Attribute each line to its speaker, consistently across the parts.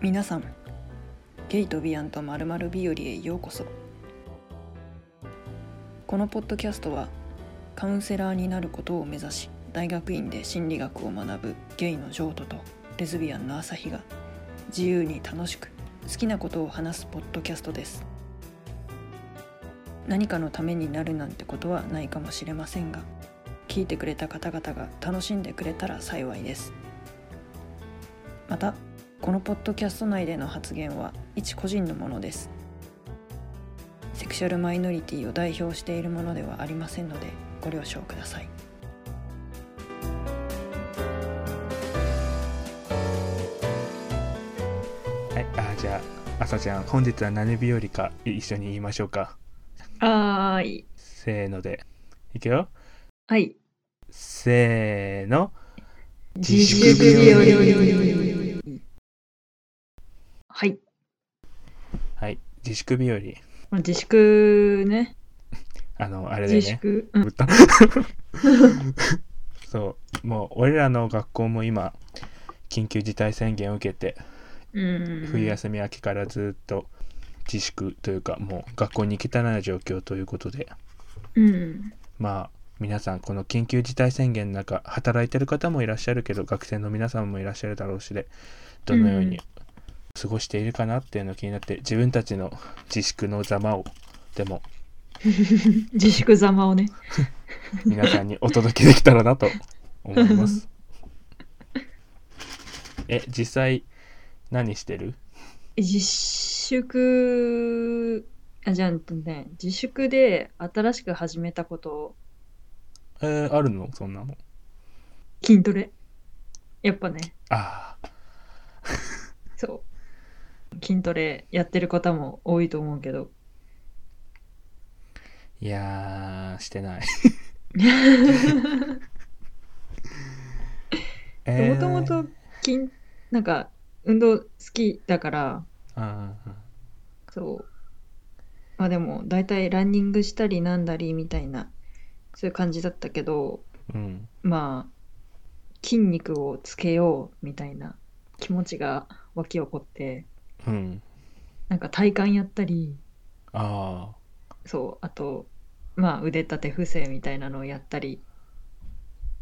Speaker 1: 皆さんゲイとビアンとまるまる日和へようこそこのポッドキャストはカウンセラーになることを目指し大学院で心理学を学ぶゲイのジョートとレズビアンの朝日が自由に楽しく好きなことを話すポッドキャストです何かのためになるなんてことはないかもしれませんが聞いてくれた方々が楽しんでくれたら幸いですまたこのポッドキャスト内での発言は一個人のものですセクシャルマイノリティを代表しているものではありませんのでご了承ください
Speaker 2: はい、あじゃあ、朝ちゃん、本日は何日よりかい一緒に言いましょうか。
Speaker 1: はーい
Speaker 2: せーので。いくよ。
Speaker 1: はい
Speaker 2: せーの。
Speaker 1: 自
Speaker 2: 粛日
Speaker 1: 和はい
Speaker 2: はい、自粛日和。
Speaker 1: まあ自粛ね
Speaker 2: あの、あれで
Speaker 1: 自
Speaker 2: ね。
Speaker 1: 粛、うん
Speaker 2: ぶった そう、もう、俺らの学校も今、緊急事態宣言を受けて、
Speaker 1: うん、
Speaker 2: 冬休み明けからずっと自粛というか、もう学校に行けたない状況ということで、
Speaker 1: うん
Speaker 2: まあ、皆さん、この緊急事態宣言の中、働いてる方もいらっしゃるけど、学生の皆さんもいらっしゃるだろうしで、どのよう
Speaker 1: う
Speaker 2: に過ごしているかなっていうのを気になって、自分たちの自粛のざまを、でも、
Speaker 1: 自粛ざまをね
Speaker 2: 皆さんにお届けできたらなと思 います。え、実際、何してる
Speaker 1: 自粛あじゃあね自粛で新しく始めたこと
Speaker 2: えーあるのそんなの。
Speaker 1: 筋トレやっぱね
Speaker 2: ああ、
Speaker 1: そう筋トレやってる方も多いと思うけど
Speaker 2: いやー、して ない。
Speaker 1: もともと筋なんか運動好きだから
Speaker 2: えー、うんうん
Speaker 1: そうまあでも大体ランニングしたりなんだりみたいなそういう感じだったけど
Speaker 2: うん、うん。
Speaker 1: まあ筋肉をつけようみたいな気持ちが湧き起こって
Speaker 2: うん。
Speaker 1: なんか体幹やったり
Speaker 2: ああ。
Speaker 1: そうあとまあ腕立て伏せみたいなのをやったり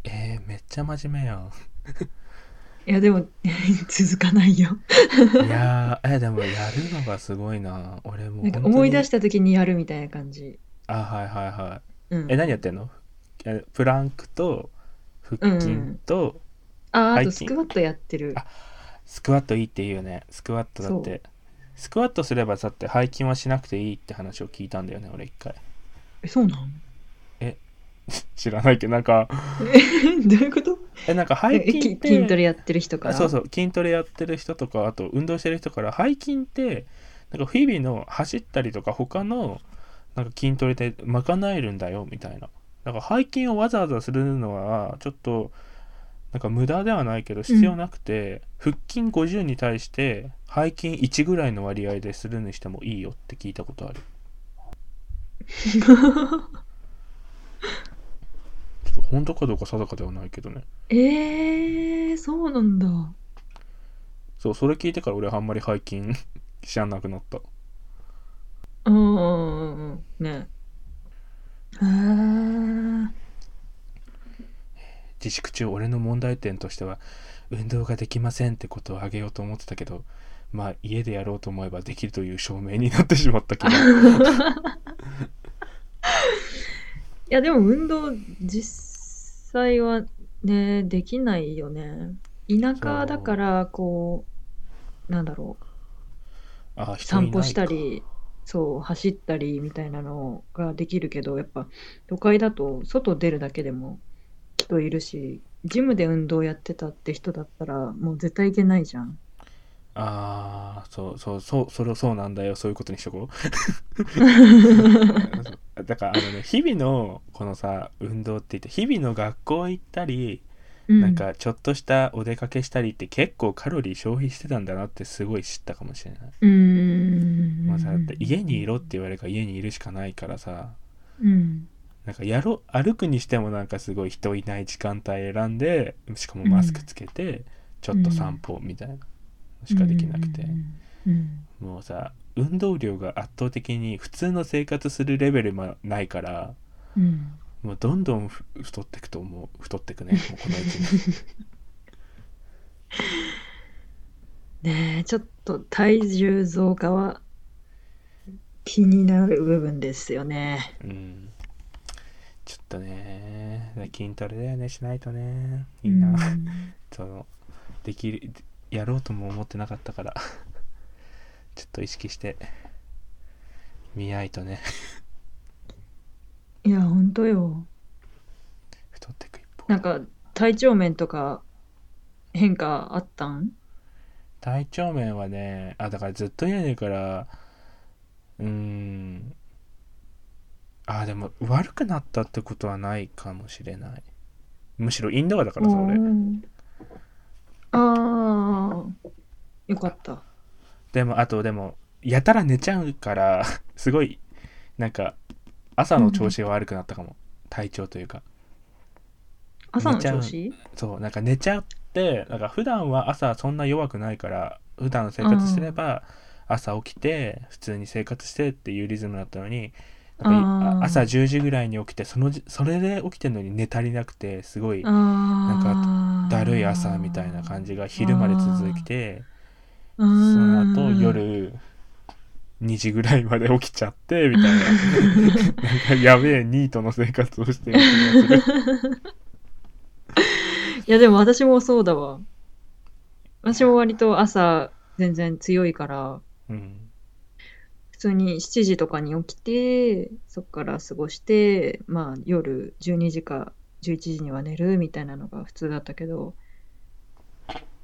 Speaker 2: えー、めっちゃ真面目や ん。
Speaker 1: いやでも 続かないよ
Speaker 2: いやー、えー、でもやるのがすごいな。俺もう。
Speaker 1: なんか思い出したた時にやるみたいな感じ、
Speaker 2: あ、はいはいは
Speaker 1: うん
Speaker 2: い。え、何やってんのえプランクと腹筋と、
Speaker 1: ああ
Speaker 2: 背
Speaker 1: と
Speaker 2: 筋
Speaker 1: スクワットやってる
Speaker 2: あスクワットいいって言うよね。スクワットだって。スクワットすればだって背筋はしなくていいって話を聞いたんだよね、俺一回。
Speaker 1: えそうなの
Speaker 2: 知らないけど、なんか、
Speaker 1: どういうこと
Speaker 2: え、なんか
Speaker 1: え
Speaker 2: 背
Speaker 1: き
Speaker 2: 筋
Speaker 1: 筋
Speaker 2: って。
Speaker 1: トレやってる人か
Speaker 2: あ
Speaker 1: ら
Speaker 2: そうそう筋トレやってる人とかあと運動してる人から背筋ってなんか日々の走ったりとか他のなんか筋トレで賄えるんだよみたいななんか背筋をわざわざするのはちょっとなんか無駄ではないけど必要なくて、腹筋50に対して背筋1ぐらいの割合でするにしてもいいよって聞いたこ とあるちょっと本当かどうか定かではないけどね
Speaker 1: えー、そうなんだ
Speaker 2: そうそれ聞いてから俺あんまり背筋 知らなくなった
Speaker 1: うんうんうんうんねえー
Speaker 2: 自粛中俺の問題点としては運動ができませんってことを挙げようと思ってたけどまあ家でやろうと思えばできるという証明になってしまった けど
Speaker 1: いやでも運動実際はねできないよね田舎だからこうなんだろう
Speaker 2: あ人いない
Speaker 1: 散歩した
Speaker 2: か
Speaker 1: りそう走ったりみたいなのができるけどやっぱ都会だと外出るだけでも人いるしジムで運動やってたって人だったらもう絶対行けないじゃん
Speaker 2: ああそうそうそうそれそうなんだよそういうことにしとこ うだからあのね日々のこのさ運動って言って日々の学校行ったり、
Speaker 1: な
Speaker 2: なんかちょっとしたお出かけしたりって結構カロリー消費してたんだなってすごい知ったかもしれない、
Speaker 1: うーん
Speaker 2: まあ、さだって家にいろって言われるから家にいるしかないからさ
Speaker 1: うん
Speaker 2: なんかやろ歩くにしてもなんかすごい人いない時間帯選んでしかもマスクつけてちょっと散歩みたいな、しかできなくて、
Speaker 1: うんうん
Speaker 2: もうさ運動量が圧倒的に普通の生活するレベルもないから
Speaker 1: うんうん
Speaker 2: もうどんどんふ太ってくと思う太ってくねもうこのうちに
Speaker 1: ねえちょっと体重増加は気になる部分ですよね
Speaker 2: うんちょっとね筋トレだよねしないとねいいな、
Speaker 1: うん
Speaker 2: そのできるやろうとも思ってなかったから ちょっと意識して見合いとね
Speaker 1: いや本当よ
Speaker 2: 太ってく一方
Speaker 1: なんか体調面とか変化あったん
Speaker 2: 体調面はねあだからずっと家にいるからうーんあでも悪くなったってことはないかもしれないむしろインドアだからさ俺
Speaker 1: うんああよかった
Speaker 2: でもあとでもやたら寝ちゃうから すごいなんか朝の調子が悪くなったかも、体調というか
Speaker 1: 朝の調子
Speaker 2: そうなんか寝ちゃってなんか普段は朝そんな弱くないから普段の生活してれば朝起きて普通に生活してっていうリズムだったのになんかい
Speaker 1: あー
Speaker 2: あ朝10時ぐらいに起きてそのじそれで起きてるのに寝足りなくてすごい
Speaker 1: あなん
Speaker 2: だるい朝みたいな感じが昼まで続いて
Speaker 1: そ
Speaker 2: その後夜2時ぐらいまで起きちゃってみたい ななんかやべえニートの生活をしてる気がする
Speaker 1: いやでも私もそうだわ。私も割と朝全然強いから、
Speaker 2: うん
Speaker 1: 普通に7時とかに起きて、そこから過ごして、まあ夜12時か11時には寝るみたいなのが普通だったけど、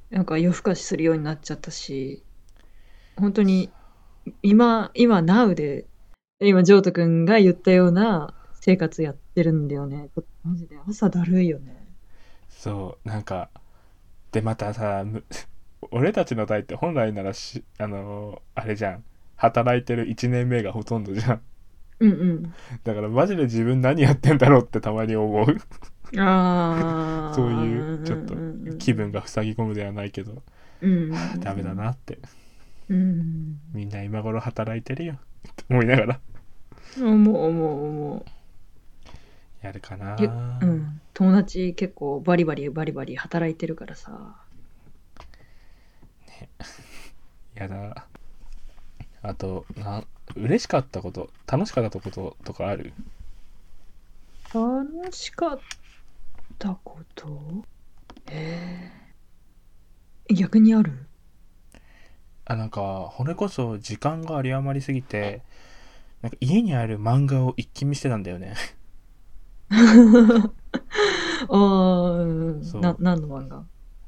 Speaker 1: なんか夜更かしするようになっちゃったし、本当に今、今、NOW で、今、ジョート君が言ったような生活やってるんだよね。マジで朝だるいよね。
Speaker 2: そうなんかでまたさむ 俺たちの代って本来ならしあのーあれじゃん働いてる1年目がほとんどじゃん
Speaker 1: うんうん。
Speaker 2: だからマジで自分何やってんだろうってたまに思う
Speaker 1: ああ
Speaker 2: そういうちょっと気分
Speaker 1: が、
Speaker 2: が塞ぎ込むではないけど
Speaker 1: うん、
Speaker 2: ダメだ、なって
Speaker 1: うん、
Speaker 2: みんな今頃働いてるよって思いながら
Speaker 1: 思う思う思
Speaker 2: やるかな
Speaker 1: ゆう、うん、友達結構バリバリバリバリ働いてるからさ
Speaker 2: やだあとな嬉しかったこと楽しかったこととかある
Speaker 1: 楽しかったことえー、逆にある
Speaker 2: あなんかこれこそ時間が有り余りすぎてなんか家にある漫画を一気見してたんだよね
Speaker 1: ああ、うん
Speaker 2: そう
Speaker 1: な何の漫画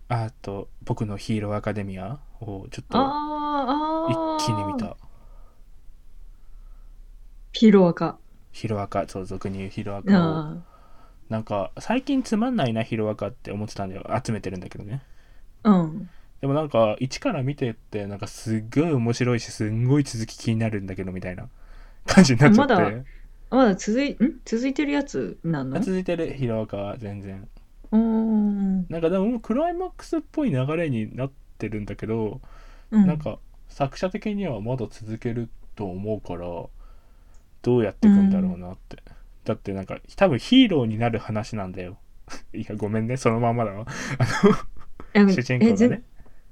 Speaker 2: あと「僕のヒーローアカデミア」をちょっと
Speaker 1: ああ
Speaker 2: 一気に見た
Speaker 1: ピロアカ
Speaker 2: ヒロアカそう俗に言うヒロアカを
Speaker 1: あ
Speaker 2: なんか最近つまんないなヒロアカって思ってたんだよ集めてるんだけどね
Speaker 1: あうん
Speaker 2: でもなんか一から見てってなんかすっごい面白いしすんごい続き気になるんだけどみたいな感じになっちゃって、
Speaker 1: まだまだ続いん続いてるやつなの
Speaker 2: 続いてるヒロアカは全然
Speaker 1: うーん
Speaker 2: なんかでももうクライマックスっぽい流れになってるんだけど
Speaker 1: うん
Speaker 2: なんか作者的にはまだ続けると思うからどうやっていくんだろうなって、だってなんか多分ヒーローになる話なんだよ いやごめんねそのまんまだわ
Speaker 1: え
Speaker 2: 主人公
Speaker 1: え
Speaker 2: が
Speaker 1: ぜん
Speaker 2: ね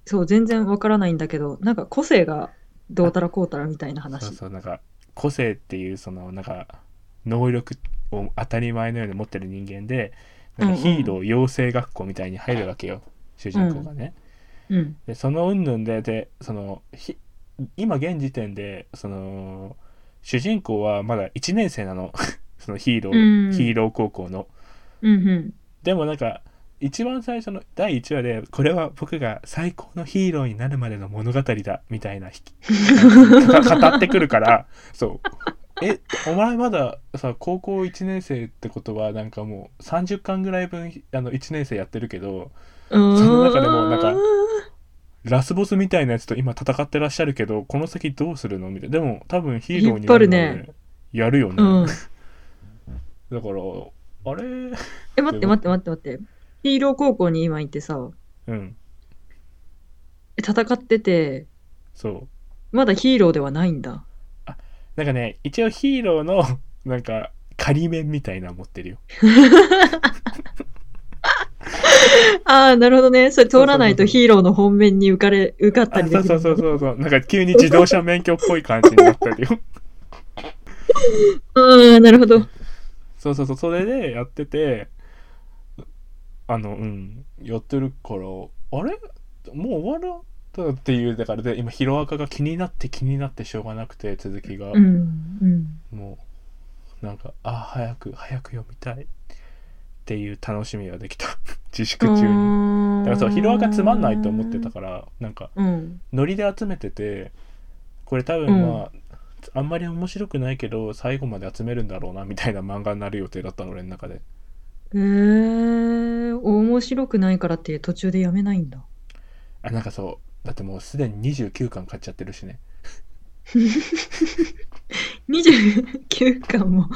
Speaker 1: そう全然わからないんだけどなんか個性がどうたらこうたらみたいな話
Speaker 2: そうそうなんか個性っていうそのなんか能力を当たり前のように持ってる人間でなんかヒーロー養成学校みたいに入るわけよ、主人公がね、
Speaker 1: うん
Speaker 2: でその云々ででそのひ今現時点でその主人公はまだ1年生なの そのヒーロー、
Speaker 1: うん
Speaker 2: ヒーロー高校の
Speaker 1: うんうん
Speaker 2: でもなんか一番最初の第1話でこれは僕が最高のヒーローになるまでの物語だみたいなひ 語語ってくるからそうえお前まださ高校1年生ってことはなんかもう30巻ぐらい分あの1年生やってるけど
Speaker 1: その
Speaker 2: の中でもなんかラスボスみたいなやつと今戦ってらっしゃるけどこの先どうするのみたいなでも多分ヒーローになるま
Speaker 1: 引っ張
Speaker 2: でやるよね、
Speaker 1: うん、
Speaker 2: だからあれ
Speaker 1: え待って待って待って待ってヒーロー高校に今行ってさ
Speaker 2: うん
Speaker 1: え戦ってて、
Speaker 2: そう
Speaker 1: まだヒーローではないんだ。
Speaker 2: なんかね一応ヒーローの なんか仮面みたいなの持ってるよ
Speaker 1: ああ、なるほどね。それ通らないと
Speaker 2: そうそうそう
Speaker 1: ヒーローの本面に受かれ、受かっ
Speaker 2: あ
Speaker 1: たりで
Speaker 2: そう
Speaker 1: き
Speaker 2: そ
Speaker 1: る
Speaker 2: うそうそうそうなんか急に自動車免許っぽい感じになった りよ
Speaker 1: ああ、なるほど。
Speaker 2: そうそうそうそれでやっててあのうんやってるからあれもう終わったっていうだからで今ヒロアカが気になって気になってしょうがなくて続きが、
Speaker 1: うん、うん。。
Speaker 2: もうなんかあ早く早く読みたいっていう楽しみができた 自粛中にだからそうヒロアカつまんないと思ってたからなんから
Speaker 1: うん。
Speaker 2: ノリで集めててこれ多分まあ、あんまり面白くないけど最後まで集めるんだろうなみたいな漫画になる予定だったの俺の中で
Speaker 1: えー、面白くないからって途中でやめないんだ。
Speaker 2: あなんかそうだってもうすでに29巻買っちゃってるしね
Speaker 1: 29巻も、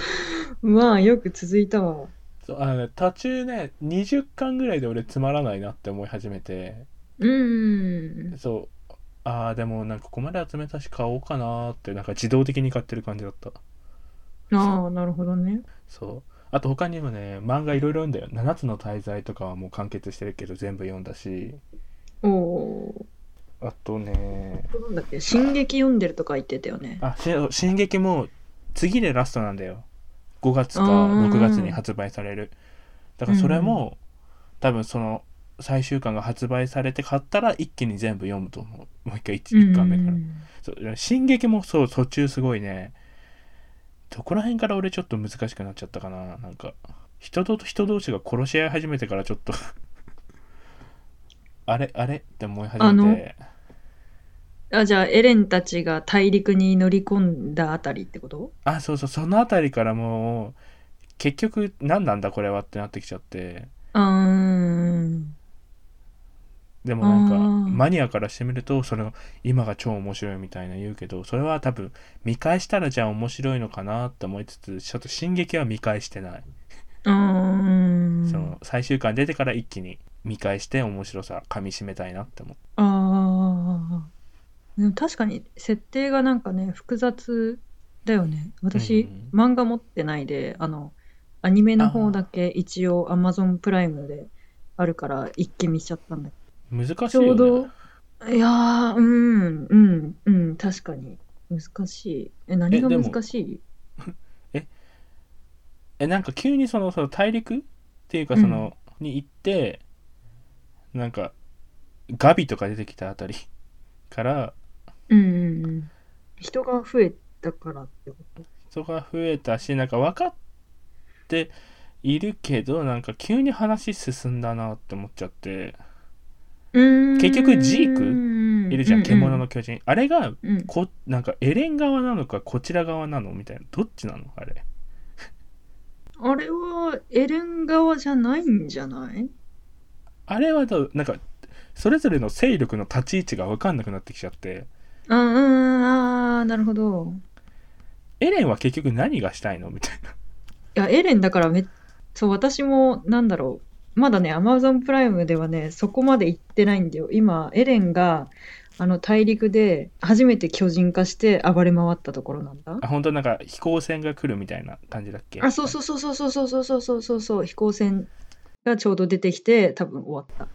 Speaker 1: まあよく続いたわ。
Speaker 2: そうあのね途中ね20巻ぐらいで俺つまらないなって思い始めて
Speaker 1: うん。
Speaker 2: そうああでもなんかここまで集めたし買おうかなーってなんか自動的に買ってる感じだった
Speaker 1: ああ、なるほどね。
Speaker 2: そうあと他にもね漫画いろいろ読んだよ「7つの大罪」とかはもう完結してるけど全部読んだし
Speaker 1: おお
Speaker 2: あとね
Speaker 1: ー。なんだっけ、進撃読んでるとか言ってたよね。
Speaker 2: あし進撃も次でラストなんだよ5月か
Speaker 1: あー
Speaker 2: 6月に発売されるだからそれも、多分その最終巻が発売されて買ったら一気に全部読むと思うもう一回 1, 巻目から
Speaker 1: うん
Speaker 2: そう進撃もそう途中すごいねどこら辺から俺ちょっと難しくなっちゃったかななんか人と人同士が殺し合い始めてからちょっと あれあれって思い始めて
Speaker 1: あ、じゃあエレンたちが大陸に乗り込んだあたりってこと
Speaker 2: あそうそうその辺りからもう結局何なんだこれはってなってきちゃって
Speaker 1: うーん。
Speaker 2: でもなんか
Speaker 1: あー
Speaker 2: マニアからしてみるとそれが今が超面白いみたいな言うけどそれは多分見返したらじゃあ面白いのかなって思いつつちょっと「進撃」は見返してない。
Speaker 1: うーん。
Speaker 2: その最終巻出てから一気に見返して面白さ噛み締めたいなって思って
Speaker 1: ああ。でも確かに設定がなんかね、複雑だよね。私、
Speaker 2: うん
Speaker 1: 漫画持ってないで、あの、アニメの方だけ一応 Amazon プライムであるから一気見しちゃったんだ
Speaker 2: 難しいよ、ね、
Speaker 1: ちょうど、いやー、うん、うん、うん、確かに。難しい。え、何が
Speaker 2: でも
Speaker 1: 難しい
Speaker 2: えなんか急にそのその大陸っていうかその、に行ってなんかガビとか出てきたあたりから
Speaker 1: うんうんうん。人が増えたからってこと
Speaker 2: 人が増えたしなんか分かっているけどなんか急に話進んだなって思っちゃって結局ジー
Speaker 1: ク
Speaker 2: いるじゃん「獣の巨人」あれが
Speaker 1: うんうん
Speaker 2: こなんかエレン側なのかこちら側なのみたいなどっちなのあれ
Speaker 1: あれはエレン側じゃないんじゃない
Speaker 2: あれはどうなんかそれぞれの勢力の立ち位置が分かんなくなってきちゃって
Speaker 1: あうんうんあーなるほど。
Speaker 2: エレンは結局何がしたいのみたい ない
Speaker 1: や、エレンだからめそう、私も、なんだろう。まだね、Amazon プライムではね、そこまで行ってないんだよ。今、エレンが、あの、大陸で初めて巨人化して暴れ回ったところなんだ。
Speaker 2: あ本当なんか飛行船が来るみたいな感じだっけ
Speaker 1: あ、そうそうそうそうそうそうそうそうそうそう、飛行船がちょうど出てきて、多分終わっ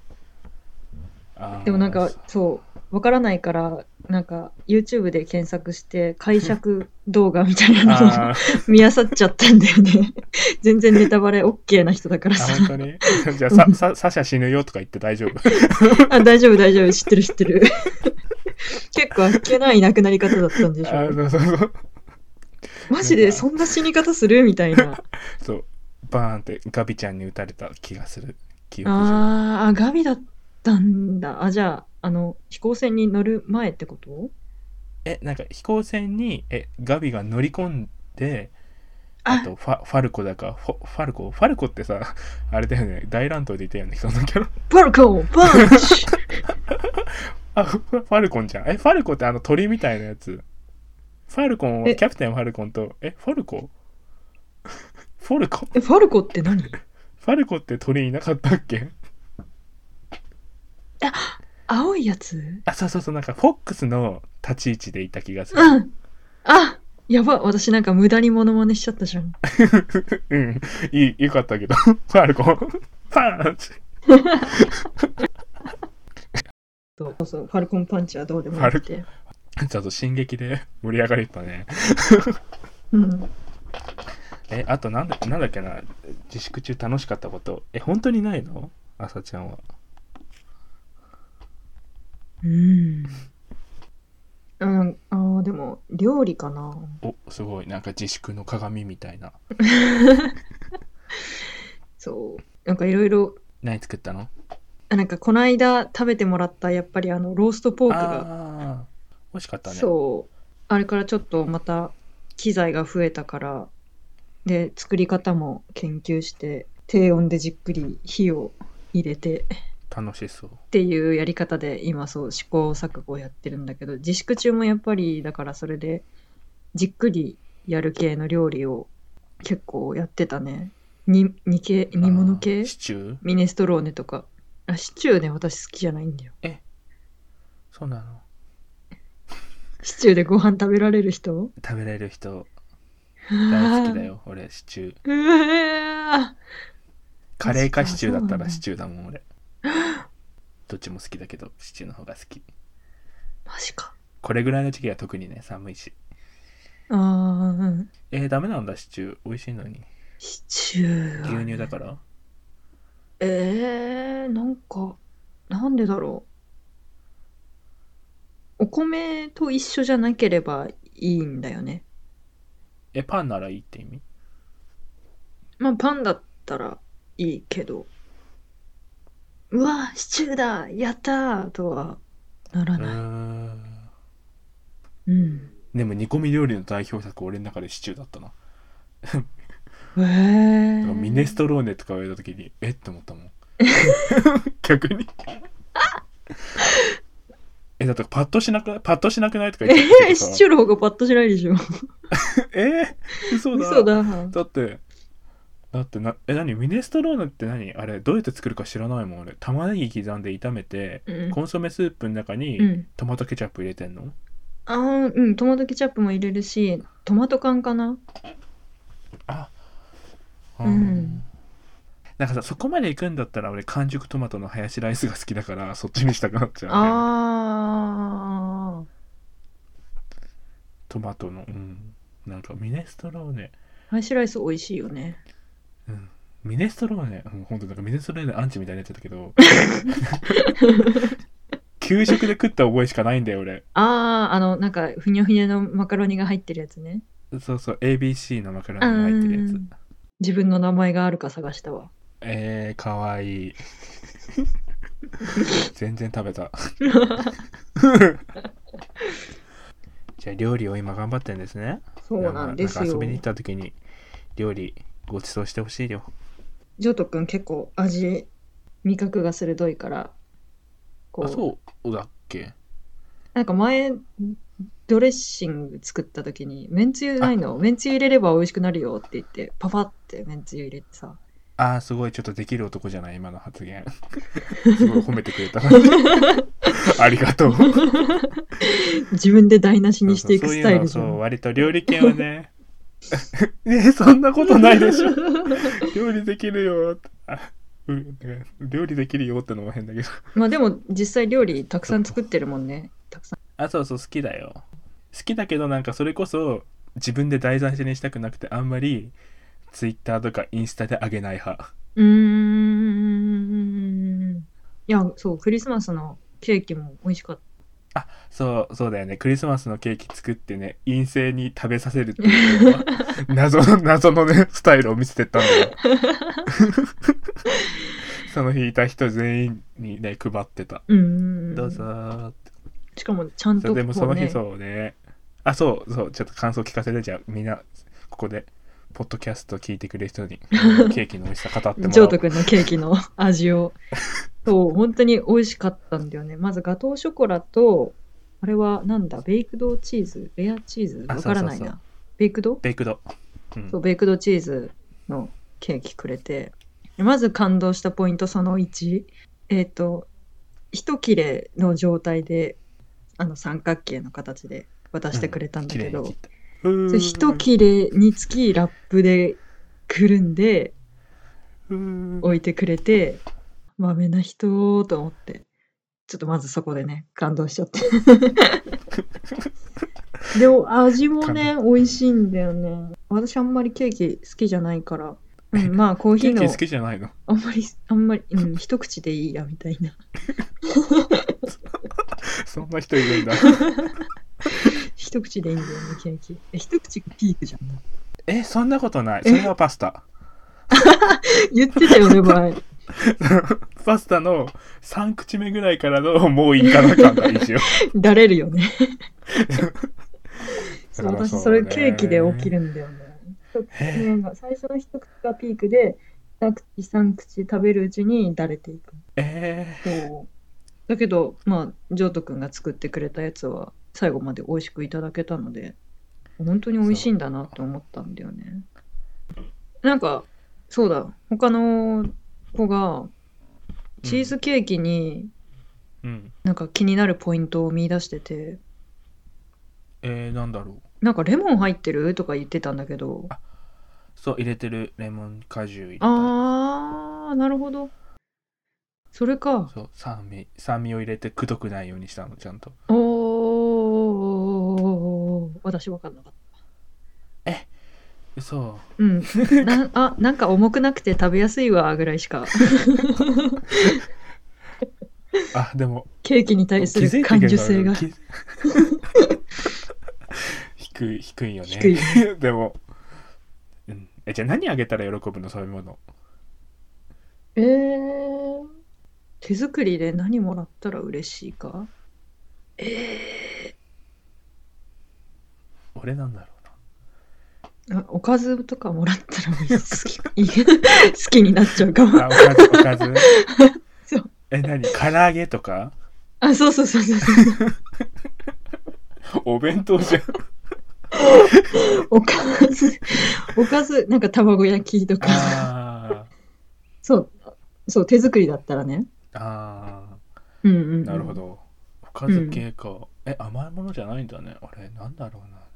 Speaker 1: た。
Speaker 2: あー
Speaker 1: でもなんか
Speaker 2: そう
Speaker 1: そうわからないからなんか YouTube で検索して解釈動画みたいなのを
Speaker 2: あー
Speaker 1: 見あさっちゃったんだよね 全然ネタバレ OK な人だから
Speaker 2: あ
Speaker 1: さ
Speaker 2: 本当に じゃあささサシャ死ぬよとか言って大丈夫
Speaker 1: あ大丈夫大丈夫知ってる知って る結構あっけない亡くなり方だったんでし
Speaker 2: あ
Speaker 1: ょ
Speaker 2: そうそうそう
Speaker 1: マジでそんな死に方するみたいな
Speaker 2: そうバーンってガビちゃんに撃たれた気がする記憶上
Speaker 1: あーあガビだったんだあじゃああの飛行船に乗る前ってこと
Speaker 2: えなんか飛行船にえガビが乗り込んであ
Speaker 1: あ
Speaker 2: とファファルコだかフォファルコファルコってさあれだよね大乱闘でいたよねそのキャラ
Speaker 1: パルコパンチ
Speaker 2: あファファルコンじゃんえファルコってあの鳥みたいなやつファルコンは
Speaker 1: え
Speaker 2: キャプテンファルコン とえファルコフォルコ
Speaker 1: えファルコって何
Speaker 2: ファルコって鳥いなかったっけ
Speaker 1: 青いやつ
Speaker 2: あそうそうそうなんかフォックスの立ち位置でいた気がする
Speaker 1: うんあやば私なんか無駄にモノマネしちゃったじゃん。
Speaker 2: うんいいよかったけど ファルコンパンチ
Speaker 1: そうそう、ファルコンパンチはどうでもよくて。
Speaker 2: ちょっと進撃で盛り上がりっぱね
Speaker 1: うん。
Speaker 2: えあとなんだなんだっけな自粛中楽しかったことえ本当にないの朝ちゃんは
Speaker 1: うん。うん、あーでも、料理かな。
Speaker 2: おすごいなんか自粛の鏡みたいな
Speaker 1: そう。なんかいろいろ、
Speaker 2: 何作ったの
Speaker 1: あなんかこの間食べてもらった、やっぱりあの、ローストポークが、
Speaker 2: ああ美味しかったね
Speaker 1: そう。あれからちょっとまた、機材が増えたから、で、作り方も研究して、低温でじっくり火を入れて、
Speaker 2: 楽しそう
Speaker 1: っていうやり方で今そう試行錯誤やってるんだけど自粛中もやっぱりだからそれでじっくりやる系の料理を結構やってたねに煮系煮物
Speaker 2: あ
Speaker 1: 系
Speaker 2: ーシチュー
Speaker 1: ミネストローネとかあシチューね私好きじゃないんだよ
Speaker 2: そうなの
Speaker 1: シチューでご飯食べられる人
Speaker 2: 食べれる人大好きだよ俺シチュー
Speaker 1: うわ
Speaker 2: カレーか
Speaker 1: マジか
Speaker 2: シチューだった
Speaker 1: そうなん
Speaker 2: ら
Speaker 1: だ
Speaker 2: シチューだもん俺 どっちも好きだけどシチューの方が好き
Speaker 1: ーマジか
Speaker 2: これぐらいの時期は特にね寒いし
Speaker 1: あーうん
Speaker 2: えー、ダメなんだシチュー美味しいのに
Speaker 1: シチューは
Speaker 2: 牛乳だから
Speaker 1: えー、なんかなんでだろうお米と一緒じゃなければいいんだよね
Speaker 2: えパンならいいって意味
Speaker 1: まあパンだったらいいけどうわシチューだやったーとはな
Speaker 2: う
Speaker 1: ら
Speaker 2: ー
Speaker 1: ない
Speaker 2: ん
Speaker 1: うん
Speaker 2: でも煮込み料理の代表作俺の中でシチューだったな、
Speaker 1: え
Speaker 2: だ
Speaker 1: ー、
Speaker 2: からミネストローネとか言われた時にえって思っ たもん逆にえだってパッとしなくないパッとしなくないとか言って
Speaker 1: え ーシチューの方がパッとしないでしょ
Speaker 2: えー、嘘だ
Speaker 1: 嘘だ
Speaker 2: だってだってなえ何ミネストローネって何あれどうやって作るか知らないもん俺玉ねぎ刻んで炒めて
Speaker 1: うん
Speaker 2: コンソメスープの中
Speaker 1: う
Speaker 2: に
Speaker 1: ん
Speaker 2: トマトケチャップ入れてんの、
Speaker 1: あーうんトマトケチャップも入れるしトマト缶かな
Speaker 2: あ
Speaker 1: うん
Speaker 2: なんかさそこまで行くんだったら俺完熟トマトのハヤシライスが好きだからそっちにしたくなっちゃう、ね、
Speaker 1: あー
Speaker 2: トマトのうんなんかミネストローネ、
Speaker 1: ハヤシライス美味しいよね
Speaker 2: うん、ミネストローネ、うん、本当なんかミネストローネアンチみたいになっちゃった けど給食で食った覚えしかないんだよ俺
Speaker 1: ああ、あの、なんか、ふにゃふにゃのマカロニが入ってるやつね。
Speaker 2: そうそう ABC のマカロニが入ってるやつ
Speaker 1: うん自分の名前があるか探したわ。
Speaker 2: えー、かわいい全然食べたじゃあ料理を今頑張ってんですね
Speaker 1: そうなんです
Speaker 2: なんか
Speaker 1: よ
Speaker 2: 遊び。に行った時に料理ご馳走してほしいよ
Speaker 1: ジョト君結構味、味覚が鋭いから、こ
Speaker 2: あ
Speaker 1: う、
Speaker 2: そうだっけ
Speaker 1: なんか前、ドレッシング作った時に、めんつゆないのめんつゆ入れれば美味しくなるよって言って、パパってめんつゆ入れてさ。
Speaker 2: あーすごいちょっとできる男じゃない今の発言 すごい褒めてくれた ありがとう
Speaker 1: 自分で台無しにしていく
Speaker 2: そう
Speaker 1: ス
Speaker 2: そう
Speaker 1: タ
Speaker 2: い
Speaker 1: イ
Speaker 2: うの
Speaker 1: ルじゃ
Speaker 2: そ
Speaker 1: ん。
Speaker 2: う割と料理系はね ねそんなことないでしょ 料理できるよあうん料理できるよってのも変だけど
Speaker 1: まあでも、実際料理たくさん作ってるもんね。たくさん。
Speaker 2: あそうそう好きだよ好きだけどなんかそれこそ自分で題材にしたくなくてあんまりツイッターとかインスタで上げない派
Speaker 1: うーん。いや、そう、クリスマスのケーキも美味しかっ
Speaker 2: そうそうだよねクリスマスのケーキ作ってね陰性に食べさせるっていうの は謎の謎のねスタイルを見せてったん だよその日いた人全員にね配ってた
Speaker 1: た。うん。
Speaker 2: どうぞ。ーって
Speaker 1: しかも、ちゃん
Speaker 2: そう
Speaker 1: と
Speaker 2: でもその日
Speaker 1: う
Speaker 2: そうねあそうそうちょっと感想聞かせてじゃあみんなここでポッドキャスト聞いてくれる 人にケーキの美味しさ語っても
Speaker 1: ジョ
Speaker 2: ら
Speaker 1: ー
Speaker 2: お
Speaker 1: ト
Speaker 2: う
Speaker 1: 君のケーキ の味を。そう、本当に美味しかったんだよね。まず、ガトーショコラと、あれはなんだ、ベイクドチーズレアチーズ
Speaker 2: あ
Speaker 1: わからない
Speaker 2: そうそうそ
Speaker 1: な。ベイクド
Speaker 2: ベイクド、うん
Speaker 1: そう、ベイクドチーズのケーキくれて。まず感動したポイント、その1。えっ、と、一切れの状態であの三角形の形で渡してくれたんだけど、
Speaker 2: 綺麗に切ったうーん
Speaker 1: それ一切れにつきラップでくるんで
Speaker 2: うーん
Speaker 1: 置いてくれてまめな人と思ってちょっとまずそこでね感動しちゃって でも味もね美味しいんだよね私あんまりケーキ好きじゃないから、うん、まあコーヒ
Speaker 2: ケ
Speaker 1: ー
Speaker 2: ー
Speaker 1: の
Speaker 2: キ好きじゃないの
Speaker 1: あんまりあんまり、うん、一口でいいやみたいな
Speaker 2: そんな人いるんだ。
Speaker 1: 一口でいいんだよねケーキえ一口がピークじゃん
Speaker 2: え、そんなことない。それはパスタ。
Speaker 1: 言ってたよね前
Speaker 2: パスタの3口目ぐらいからのもういかな感が一 応。
Speaker 1: だれるよ ねそう
Speaker 2: だから
Speaker 1: 私それ
Speaker 2: うね
Speaker 1: ケーキで起きるんだよね一口
Speaker 2: へえ
Speaker 1: 目が最初の一口がピークで二口三口食べるうちにだれていく
Speaker 2: え
Speaker 1: そうだけどまあジョート君が作ってくれたやつは最後まで美味しくいただけたので本当に美味しいんだなと思ったんだよねなんかそうだ他の子が
Speaker 2: ー、
Speaker 1: チーズケーキに
Speaker 2: うん。うん
Speaker 1: なんか気になるポイントを見出してて
Speaker 2: えー、なんだろう。
Speaker 1: なんかレモン入ってるとか言ってたんだけど
Speaker 2: そう、入れてるレモン果汁入れたり
Speaker 1: あーなるほどそれか
Speaker 2: そう、酸味、酸味を入れてくどくないようにしたの、ちゃんと。
Speaker 1: おーおーおーおーおーおー私分かんなかった
Speaker 2: そ
Speaker 1: うん、 なあなんか重くなくて食べやすいわぐらいしか
Speaker 2: う。あ、でも、
Speaker 1: ケーキに対す
Speaker 2: 気づ
Speaker 1: る
Speaker 2: いてくれ
Speaker 1: 感
Speaker 2: た
Speaker 1: 受性が
Speaker 2: 気 低い、低いよね。
Speaker 1: 低い
Speaker 2: でも、うん。え、じゃあ何あげたら喜ぶの、そういうもの。
Speaker 1: えー、手作りで何もらったら嬉しいか
Speaker 2: 俺なんだろうな。
Speaker 1: あおかずとかもらったら嬉しい好きいい 好きになっちゃうかも
Speaker 2: あ、おかず、おかず
Speaker 1: そう。
Speaker 2: え、何唐揚げとか
Speaker 1: あそうそうそうそうそう
Speaker 2: お弁当じゃん。
Speaker 1: おかずおかずなんか卵焼きとか
Speaker 2: あ
Speaker 1: そうそう手作りだったらね
Speaker 2: ーあ
Speaker 1: うんうんう
Speaker 2: ー、
Speaker 1: ん
Speaker 2: なるほど。おかず系か。え、甘いものじゃないんだね。俺、なんだろうな。でも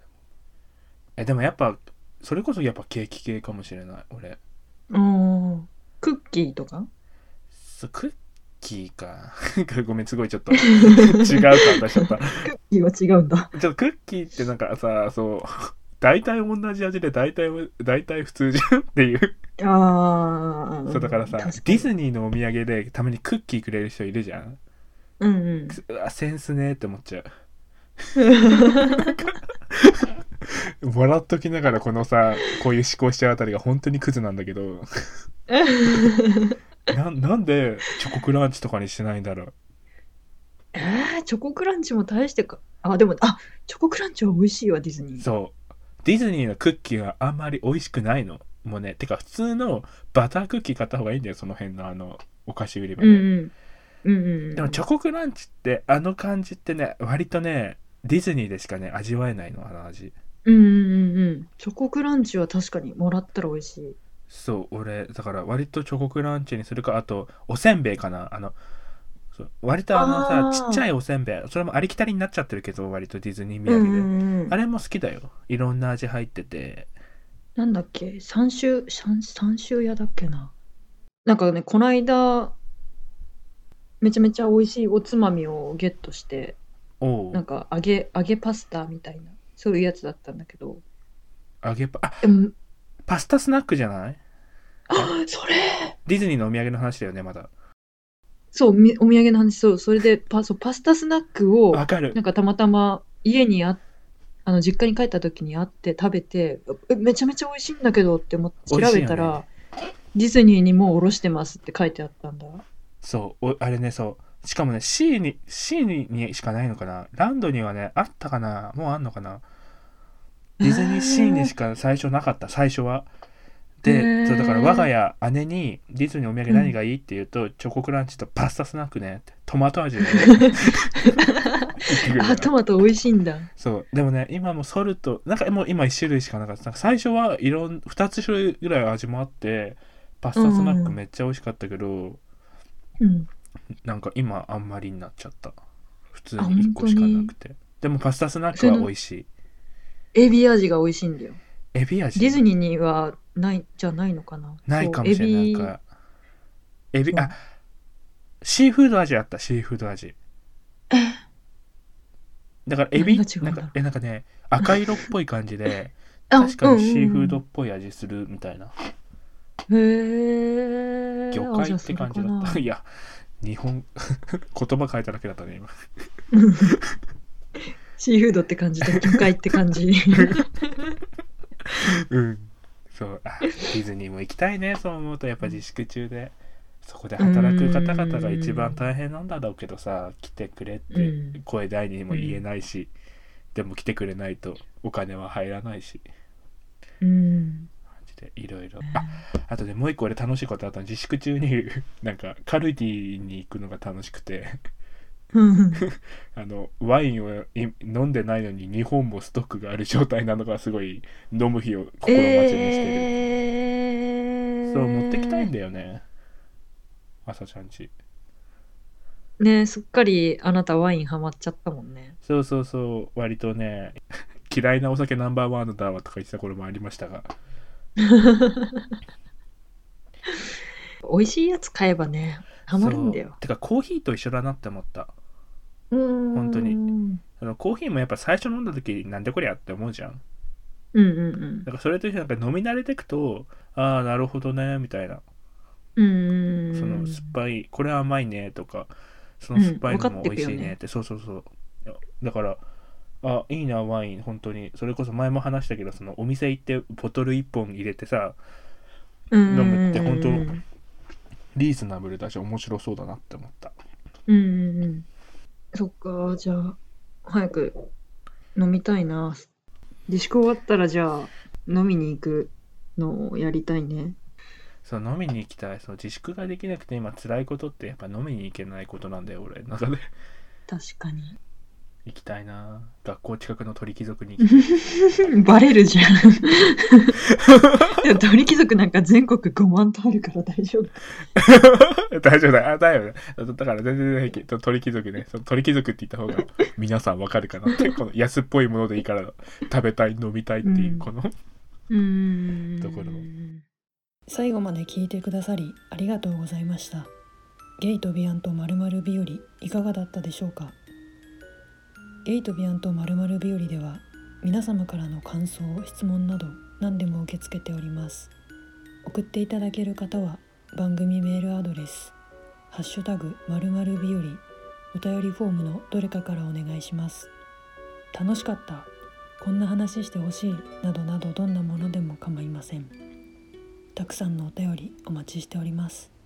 Speaker 2: え、でもやっぱ、それこそやっぱケーキ系かもしれない。俺。
Speaker 1: あークッキーとか
Speaker 2: そうクッキーか。 ごめん、すごいちょっと違う感出しちゃった。
Speaker 1: いや違うんだ
Speaker 2: ちょっとクッキーってなんかさ、そう、大体同じ味で大体、大体普通じゃんっていう。
Speaker 1: ああ
Speaker 2: そうだからさ、ディズニーのお土産でたまにクッキーくれる人いるじゃん。
Speaker 1: うんうん
Speaker 2: くうわセンスねーって思っちゃう。笑っときながらこのさ、こういう思考しちゃうあたりが本当にクズなんだけど、ななんでチョコクランチとかにしてないんだろう。
Speaker 1: えー、チョコクランチも大してかあでもあチョコクランチは美味しいわディズニー
Speaker 2: そう。ディズニーのクッキーはあんまり美味しくないの。もうね、てか普通のバタークッキー買った方がいいんだよ、その辺のあの、お菓子売り場
Speaker 1: う
Speaker 2: で。
Speaker 1: んうんうんうん
Speaker 2: でもチョ
Speaker 1: コ
Speaker 2: コクランチってあの感じってね、割とね、ディズニーでしかね、味わえないの、あの味。
Speaker 1: うんうんうんうんチョコクランチは確かにもらったら美味しい
Speaker 2: そう俺だから割とチョコクランチにするかあとおせんべいかなあのそう割とあの
Speaker 1: あ
Speaker 2: さ
Speaker 1: ー
Speaker 2: ちっちゃいおせんべいそれもありきたりになっちゃってるけど割とディズニー土
Speaker 1: う
Speaker 2: 産で、
Speaker 1: んうんうん
Speaker 2: あれも好きだよいろんな味入ってて
Speaker 1: なんだっけ三州三三州屋だっけななんかねこないだめちゃめちゃ美味しいおつまみをゲットして
Speaker 2: お
Speaker 1: なん
Speaker 2: う
Speaker 1: か揚げ揚げパスタみたいなそういうやつだったんだけど
Speaker 2: 揚げパあ
Speaker 1: でも
Speaker 2: パスタスナックじゃない
Speaker 1: あそれ
Speaker 2: ディズニーのお土産の話だよねまだ
Speaker 1: そう、みお土産の話、そう、それでパそうパスタスナックを、
Speaker 2: わかる
Speaker 1: なんかたまたま家にああの実家に帰った時にあって食べて、えめちゃめちゃ美味しいんだけどって思って調
Speaker 2: 美味しいよね
Speaker 1: べたら、ディズニーにもうおろしてますって書いてあったんだ。
Speaker 2: そうおあれねそうしかもね C に C ににしかないのかなランドにはねあったかなもうあんのかなディズニーシーにしか最初なかった最初は
Speaker 1: へ
Speaker 2: で
Speaker 1: ー
Speaker 2: そうだから我が家姉にディズニーお土産何がいいって言うと、チョコクランチとパスタスナックねってトマト味で、ね、言ってくれ た
Speaker 1: あ、トマト美味しいんだ。
Speaker 2: そうでもね今もうソルトなんかもう今1種類しかなかったなんか最初はいろん2つ種類ぐらい味もあってパスタスナックめっちゃ美味しかったけど、
Speaker 1: うん。
Speaker 2: なんか今あんまりになっちゃった普通に
Speaker 1: あ
Speaker 2: 1個しかなくてでもパスタスナックは美味しい
Speaker 1: エビ味が美味しいんだよ。
Speaker 2: エビ味
Speaker 1: ディズニーにはない、じゃないのかな。
Speaker 2: ないかもしれない
Speaker 1: そう
Speaker 2: な
Speaker 1: エ
Speaker 2: ん
Speaker 1: ビ
Speaker 2: かエビ
Speaker 1: そう
Speaker 2: あシーフード味あったシーフー ド味だからエビ
Speaker 1: 何が違うんだ
Speaker 2: な
Speaker 1: ろう
Speaker 2: んかえなんかね赤色っぽい感じで
Speaker 1: あ
Speaker 2: 確かにシーフー
Speaker 1: う
Speaker 2: ド
Speaker 1: ん
Speaker 2: っぽい味するみたいな、
Speaker 1: うんへえ。
Speaker 2: 魚
Speaker 1: あじゃあ
Speaker 2: 介っ
Speaker 1: そ
Speaker 2: て
Speaker 1: れ
Speaker 2: 感じ
Speaker 1: か
Speaker 2: だ
Speaker 1: な
Speaker 2: ったいや日本 言葉変えただけだったね今
Speaker 1: シーフードって感じと魚介って感 じ。
Speaker 2: うんそうあディズニーも行きたいねそう思うとやっぱ自粛中でそこで働く方々が一番大変なんだろうけどさ来てくれっ
Speaker 1: う
Speaker 2: て声大にも言えないし、でも来てくれないとお金は入らないし
Speaker 1: うん。
Speaker 2: マジでいろいろああとねもう一個俺楽しいことあったの自粛中に なんかカルディに行くのが楽しくて
Speaker 1: うん
Speaker 2: あのワインをい飲んでないのに日本もストックがある状態なのがすごい飲む日を心待ちにしてる。
Speaker 1: えー
Speaker 2: そう持ってきたいんだよね朝ちゃんち
Speaker 1: ねすっかりあなたワインハマっちゃったもんね。
Speaker 2: そうそうそう割とね 嫌いなお酒ナンバーワンだわとか言ってた頃もありましたが
Speaker 1: 美味しいやつ買えばね、ハマるんだ
Speaker 2: そ
Speaker 1: よ
Speaker 2: う。てかコーヒーと一緒だなって思った
Speaker 1: うん
Speaker 2: 本当に
Speaker 1: うん
Speaker 2: あのコーヒーもやっぱ最初飲んだ時なんでこりゃって思うじゃん
Speaker 1: うんうん
Speaker 2: だからそれと一緒になんか飲み慣れてくとああなるほどねみたいな
Speaker 1: うんうんうん。
Speaker 2: その酸っぱいこれは甘いねとかその酸っぱ
Speaker 1: う
Speaker 2: いの
Speaker 1: ん分
Speaker 2: も
Speaker 1: か
Speaker 2: 美
Speaker 1: ってく
Speaker 2: 味
Speaker 1: よ
Speaker 2: し
Speaker 1: ね
Speaker 2: いねって、そうそうそういやだからあいいなワイン本当にそれこそ前も話したけどそのお店行ってボトル1本入れてさ
Speaker 1: うん
Speaker 2: 飲むって本当
Speaker 1: うん
Speaker 2: リーズナブルだし面白そうだなって思った
Speaker 1: うんうん。そっか、じゃあ、早く飲みたいな。自粛終わったらじゃあ、飲みに行くのをやりたいね。
Speaker 2: そう飲みに行きたいそう自粛ができなくて今辛いことってやっぱ飲みに行けないことなんだよ俺中で
Speaker 1: 確かに。
Speaker 2: 行きたいな学校近くの鳥貴族に行きたい
Speaker 1: バレるじゃん。でも鳥貴族なんか全国5万とあるから大丈夫。
Speaker 2: 大丈夫だあ大丈夫だだから全然平気と鳥貴族ねその鳥貴族って言った方が皆さんわかるかなってこの安っぽいものでいいから食べたい飲みたいっていううんこの、
Speaker 1: うーん。
Speaker 2: ところ
Speaker 3: 最後まで聞いてくださりありがとうございましたゲイとビアンとまるまる日和いかがだったでしょうかゲイとビアンとまるまる日和では皆様からの感想質問など何でも受け付けております送っていただける方は番組メールアドレスハッシュタグまるまる日和お便りフォームのどれかからお願いします楽しかったこんな話してほしいなどなどどんなものでも構いませんたくさんのお便りお待ちしております